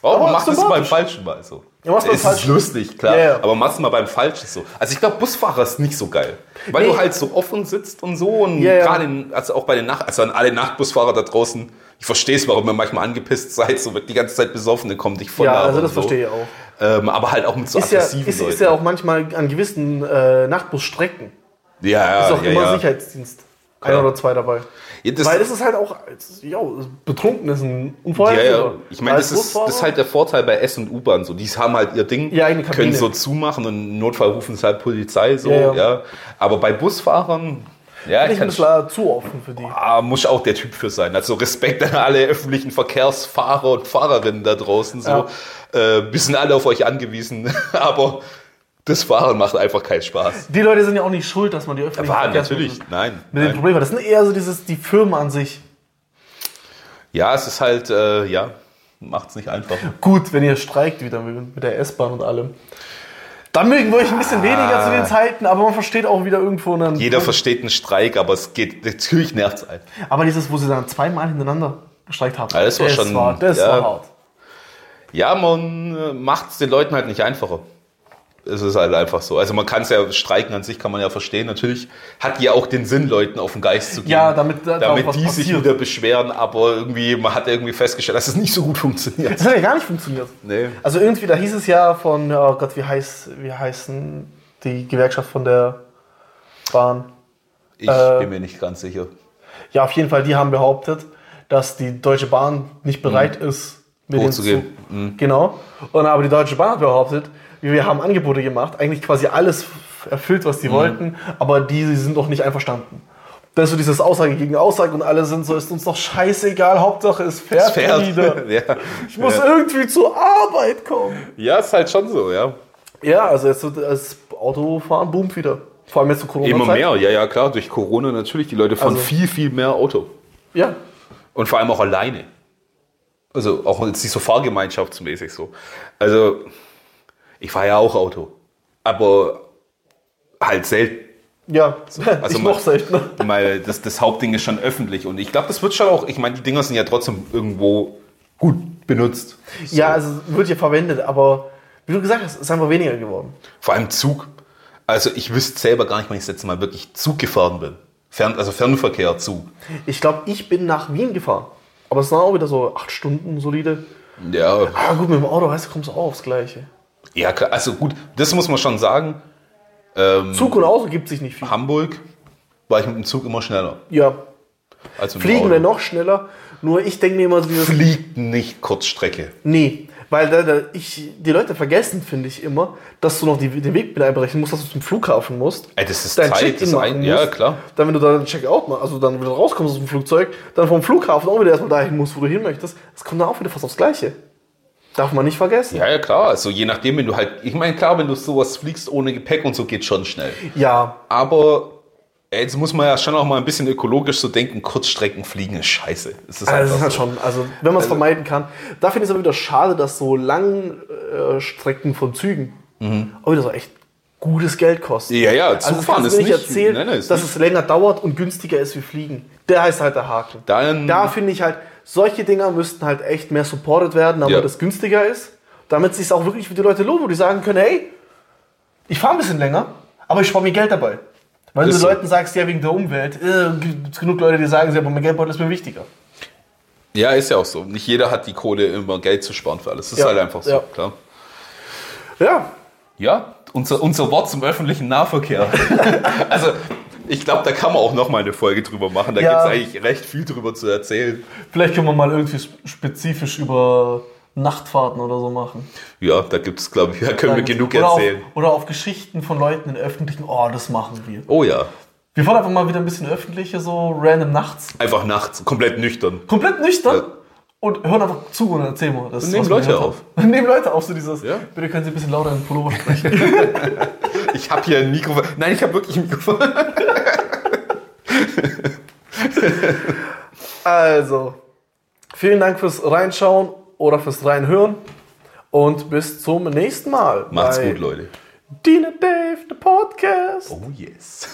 Speaker 2: Warum
Speaker 1: Aber
Speaker 2: macht es beim
Speaker 1: sympathisch.
Speaker 2: Falschen mal so?
Speaker 1: Ja, mach's beim
Speaker 2: es ist
Speaker 1: Falschen.
Speaker 2: lustig, klar.
Speaker 1: Ja, ja.
Speaker 2: Aber mach's mal beim Falschen so. Also ich glaube, Busfahrer ist nicht so geil. Weil
Speaker 1: Nee.
Speaker 2: du halt so offen sitzt und so. Und
Speaker 1: Ja, ja.
Speaker 2: gerade in- also auch bei den Nacht, also an alle Nachtbusfahrer da draußen, ich verstehe es, warum ihr manchmal angepisst seid, so wird die ganze Zeit Besoffene kommen dich voll
Speaker 1: Ja,
Speaker 2: labern
Speaker 1: also das
Speaker 2: und so.
Speaker 1: verstehe ich auch.
Speaker 2: Ähm, aber halt auch mit so
Speaker 1: Ist ja,
Speaker 2: aggressiven
Speaker 1: ist,
Speaker 2: Leuten.
Speaker 1: ist ja auch manchmal an gewissen äh, Nachtbusstrecken.
Speaker 2: ja, ja,
Speaker 1: Ist auch
Speaker 2: Ah, ja,
Speaker 1: immer
Speaker 2: ja.
Speaker 1: Sicherheitsdienst. Ein
Speaker 2: Klar.
Speaker 1: oder zwei dabei.
Speaker 2: Ja, das-
Speaker 1: Weil es ist halt auch, es- ja, betrunken ist ein
Speaker 2: Ja,
Speaker 1: Unfall.
Speaker 2: ja. Ich meine,
Speaker 1: also
Speaker 2: das ist, das ist halt der Vorteil bei S- und U-Bahn. So, die haben halt ihr Ding,
Speaker 1: Ja, eigene Kabine.
Speaker 2: können so zumachen und im Notfall rufen es halt Polizei so.
Speaker 1: Ja,
Speaker 2: Ja,
Speaker 1: ja.
Speaker 2: Aber bei Busfahrern, ja,
Speaker 1: Ich
Speaker 2: ich
Speaker 1: bin
Speaker 2: kann,
Speaker 1: klar zu offen für die.
Speaker 2: ah, muss auch der Typ für sein. Also Respekt an alle öffentlichen Verkehrsfahrer und Fahrerinnen da draußen. So, äh, wir sind alle auf euch angewiesen, aber das Fahren macht einfach keinen Spaß.
Speaker 1: Die Leute sind ja auch nicht schuld, dass man die öffentlichen
Speaker 2: War
Speaker 1: Verkehrsmittel-
Speaker 2: natürlich, nein.
Speaker 1: mit dem
Speaker 2: nein.
Speaker 1: Problem war. Das sind eher so dieses, die Firmen an sich.
Speaker 2: Ja, es ist halt, äh, ja, macht es nicht einfach.
Speaker 1: Gut, wenn ihr streikt wieder mit mit der S-Bahn und allem. Dann mögen wir euch ein bisschen weniger zu den Zeiten, aber man versteht auch wieder irgendwo einen.
Speaker 2: Ah. Jeder versteht einen Streik, aber es geht, natürlich nervt es einen.
Speaker 1: aber dieses, wo sie dann zweimal hintereinander gestreikt haben.
Speaker 2: Ja, das war schon-
Speaker 1: War, das
Speaker 2: ja.
Speaker 1: war hart.
Speaker 2: Ja, man macht es den Leuten halt nicht einfacher. Es ist halt einfach so. Also man kann es ja streiken an sich, kann man ja verstehen. Natürlich hat ja auch den Sinn, Leuten auf den Geist zu gehen.
Speaker 1: Ja, damit- da- da
Speaker 2: damit
Speaker 1: auch was
Speaker 2: die sich
Speaker 1: passiert.
Speaker 2: wieder beschweren, aber irgendwie, man hat irgendwie festgestellt, dass es nicht so gut funktioniert.
Speaker 1: Das hat ja gar nicht funktioniert.
Speaker 2: Nee.
Speaker 1: Also irgendwie, da hieß es ja von, oh Gott, wie heißt, wie heißen die Gewerkschaft von der Bahn?
Speaker 2: Ich
Speaker 1: Äh,
Speaker 2: bin mir nicht ganz sicher.
Speaker 1: Ja, auf jeden Fall, die haben behauptet, dass die Deutsche Bahn nicht
Speaker 2: Mhm.
Speaker 1: bereit ist, mit denen
Speaker 2: Hochzugehen.
Speaker 1: zu- Genau. Und aber die Deutsche Bahn hat behauptet, wir haben Angebote gemacht, eigentlich quasi alles f- erfüllt, was die
Speaker 2: Mhm.
Speaker 1: wollten, aber die sind doch nicht einverstanden. Das ist so dieses Aussage gegen Aussage und alle sind so, ist uns doch scheißegal, Hauptsache es fährt, wieder.
Speaker 2: ja.
Speaker 1: Ich muss
Speaker 2: ja.
Speaker 1: irgendwie zur Arbeit kommen.
Speaker 2: ja, ist halt schon so, ja.
Speaker 1: Ja, also jetzt wird das Autofahren boomt wieder. Vor allem jetzt zur Corona-Zeit.
Speaker 2: Immer mehr, ja, ja, klar. Durch Corona natürlich, die Leute fahren
Speaker 1: Also-
Speaker 2: viel, viel mehr Auto.
Speaker 1: Ja.
Speaker 2: Und vor allem auch alleine. Also auch jetzt nicht so fahrgemeinschaftsmäßig so. Also ich fahre ja auch Auto. Aber halt selten.
Speaker 1: Ja.
Speaker 2: Also
Speaker 1: ich
Speaker 2: mal-
Speaker 1: noch seltener.
Speaker 2: Weil das, das Hauptding ist schon öffentlich. Und ich glaube, das wird schon auch, ich meine, die Dinger sind ja trotzdem irgendwo gut benutzt.
Speaker 1: Ja, also wird ja verwendet, aber wie du gesagt hast, ist einfach weniger geworden.
Speaker 2: Vor allem Zug. Also ich wüsste selber gar nicht, wann ich das letzte Mal wirklich Zug gefahren bin. Fern, also Fernverkehr, Zug.
Speaker 1: Ich glaube, ich bin nach Wien gefahren. Aber es waren auch wieder so acht Stunden solide.
Speaker 2: Ja,
Speaker 1: Ah, gut, mit dem Auto, weißt du, kommst du auch aufs Gleiche.
Speaker 2: ja klar. Also gut, das muss man schon sagen. Ähm,
Speaker 1: Zug und Auto gibt sich nicht viel.
Speaker 2: Hamburg war ich mit dem Zug immer schneller.
Speaker 1: Ja,
Speaker 2: als mit dem
Speaker 1: fliegen
Speaker 2: Also Auto.
Speaker 1: wir noch schneller. Nur ich denke mir immer so dieses.
Speaker 2: Fliegt nicht Kurzstrecke.
Speaker 1: Nee, Weil da, da, ich, die Leute vergessen, finde ich immer, dass du noch die, den Weg mit einberechnen musst, dass du zum Flughafen musst.
Speaker 2: Ey, das ist
Speaker 1: dein
Speaker 2: Zeit,
Speaker 1: Check-in
Speaker 2: das
Speaker 1: machen
Speaker 2: ein,
Speaker 1: musst.
Speaker 2: ja klar.
Speaker 1: Dann, wenn du dann Check-out machst, also dann wieder rauskommst aus dem Flugzeug, dann vom Flughafen auch wieder erstmal dahin musst, wo du hin möchtest. Das kommt dann auch wieder fast aufs Gleiche. Darf man nicht vergessen.
Speaker 2: Ja, ja, klar. Also je nachdem, wenn du halt, ich meine, klar, wenn du sowas fliegst ohne Gepäck und so geht schon schnell.
Speaker 1: Ja,
Speaker 2: Aber ey, jetzt muss man ja schon auch mal ein bisschen ökologisch so denken, Kurzstreckenfliegen ist scheiße. Es ist
Speaker 1: Also das
Speaker 2: einfach
Speaker 1: ist halt
Speaker 2: so.
Speaker 1: schon, also wenn man es vermeiden kann. Da finde ich es aber wieder schade, dass so lange äh, Strecken von Zügen auch wieder so echt gutes Geld kosten.
Speaker 2: Mhm. Ja, ja, Zugfahren
Speaker 1: Also kannst
Speaker 2: ist
Speaker 1: du mir
Speaker 2: nicht-
Speaker 1: erzählen,
Speaker 2: nein, nein, ist
Speaker 1: dass
Speaker 2: nicht-
Speaker 1: es länger dauert und günstiger ist wie Fliegen. Der ist halt der Haken.
Speaker 2: Dann-
Speaker 1: da finde ich halt, solche Dinger müssten halt echt mehr supported werden, damit
Speaker 2: Ja.
Speaker 1: es günstiger ist. Damit es sich auch wirklich für die Leute lohnt, wo die sagen können, hey, ich fahre ein bisschen länger, aber ich spare mir Geld dabei. Weil
Speaker 2: Ist
Speaker 1: du
Speaker 2: so.
Speaker 1: Leuten sagst, ja, wegen der Umwelt, äh, gibt genug Leute, die sagen, ja, aber mein Geldbeutel ist mir wichtiger.
Speaker 2: Ja, ist ja auch so. Nicht jeder hat die Kohle, immer Geld zu sparen für alles. Das ist
Speaker 1: Ja,
Speaker 2: halt einfach so,
Speaker 1: ja.
Speaker 2: klar.
Speaker 1: Ja,
Speaker 2: Ja, unser, unser Wort zum öffentlichen Nahverkehr. also, ich glaube, da kann man auch nochmal eine Folge drüber machen. Da
Speaker 1: Ja.
Speaker 2: gibt's eigentlich recht viel drüber zu erzählen.
Speaker 1: Vielleicht können wir mal irgendwie sp- spezifisch über Nachtfahrten oder so machen.
Speaker 2: Ja, da gibt's, glaube ich, da können wir genug
Speaker 1: oder
Speaker 2: erzählen.
Speaker 1: Auf, oder auf Geschichten von Leuten in öffentlichen. Oh, das machen wir.
Speaker 2: Oh ja,
Speaker 1: Wir wollen einfach mal wieder ein bisschen öffentliche, so random nachts.
Speaker 2: einfach nachts, komplett nüchtern.
Speaker 1: Komplett nüchtern.
Speaker 2: Ja.
Speaker 1: Und hören einfach zu und erzählen mal. Das,
Speaker 2: Und nehmen
Speaker 1: was wir
Speaker 2: Leute
Speaker 1: gehört haben.
Speaker 2: auf.
Speaker 1: Und nehmen Leute auf, so dieses.
Speaker 2: Ja.
Speaker 1: Bitte können Sie ein bisschen lauter in den Pullover sprechen.
Speaker 2: Ich habe hier ein Mikrofon. Nein, ich habe wirklich ein Mikrofon.
Speaker 1: also, vielen Dank fürs Reinschauen oder fürs Reinhören. Und bis zum nächsten Mal.
Speaker 2: Macht's
Speaker 1: bei
Speaker 2: gut, Leute.
Speaker 1: Dina Dave, der Podcast.
Speaker 2: Oh yes.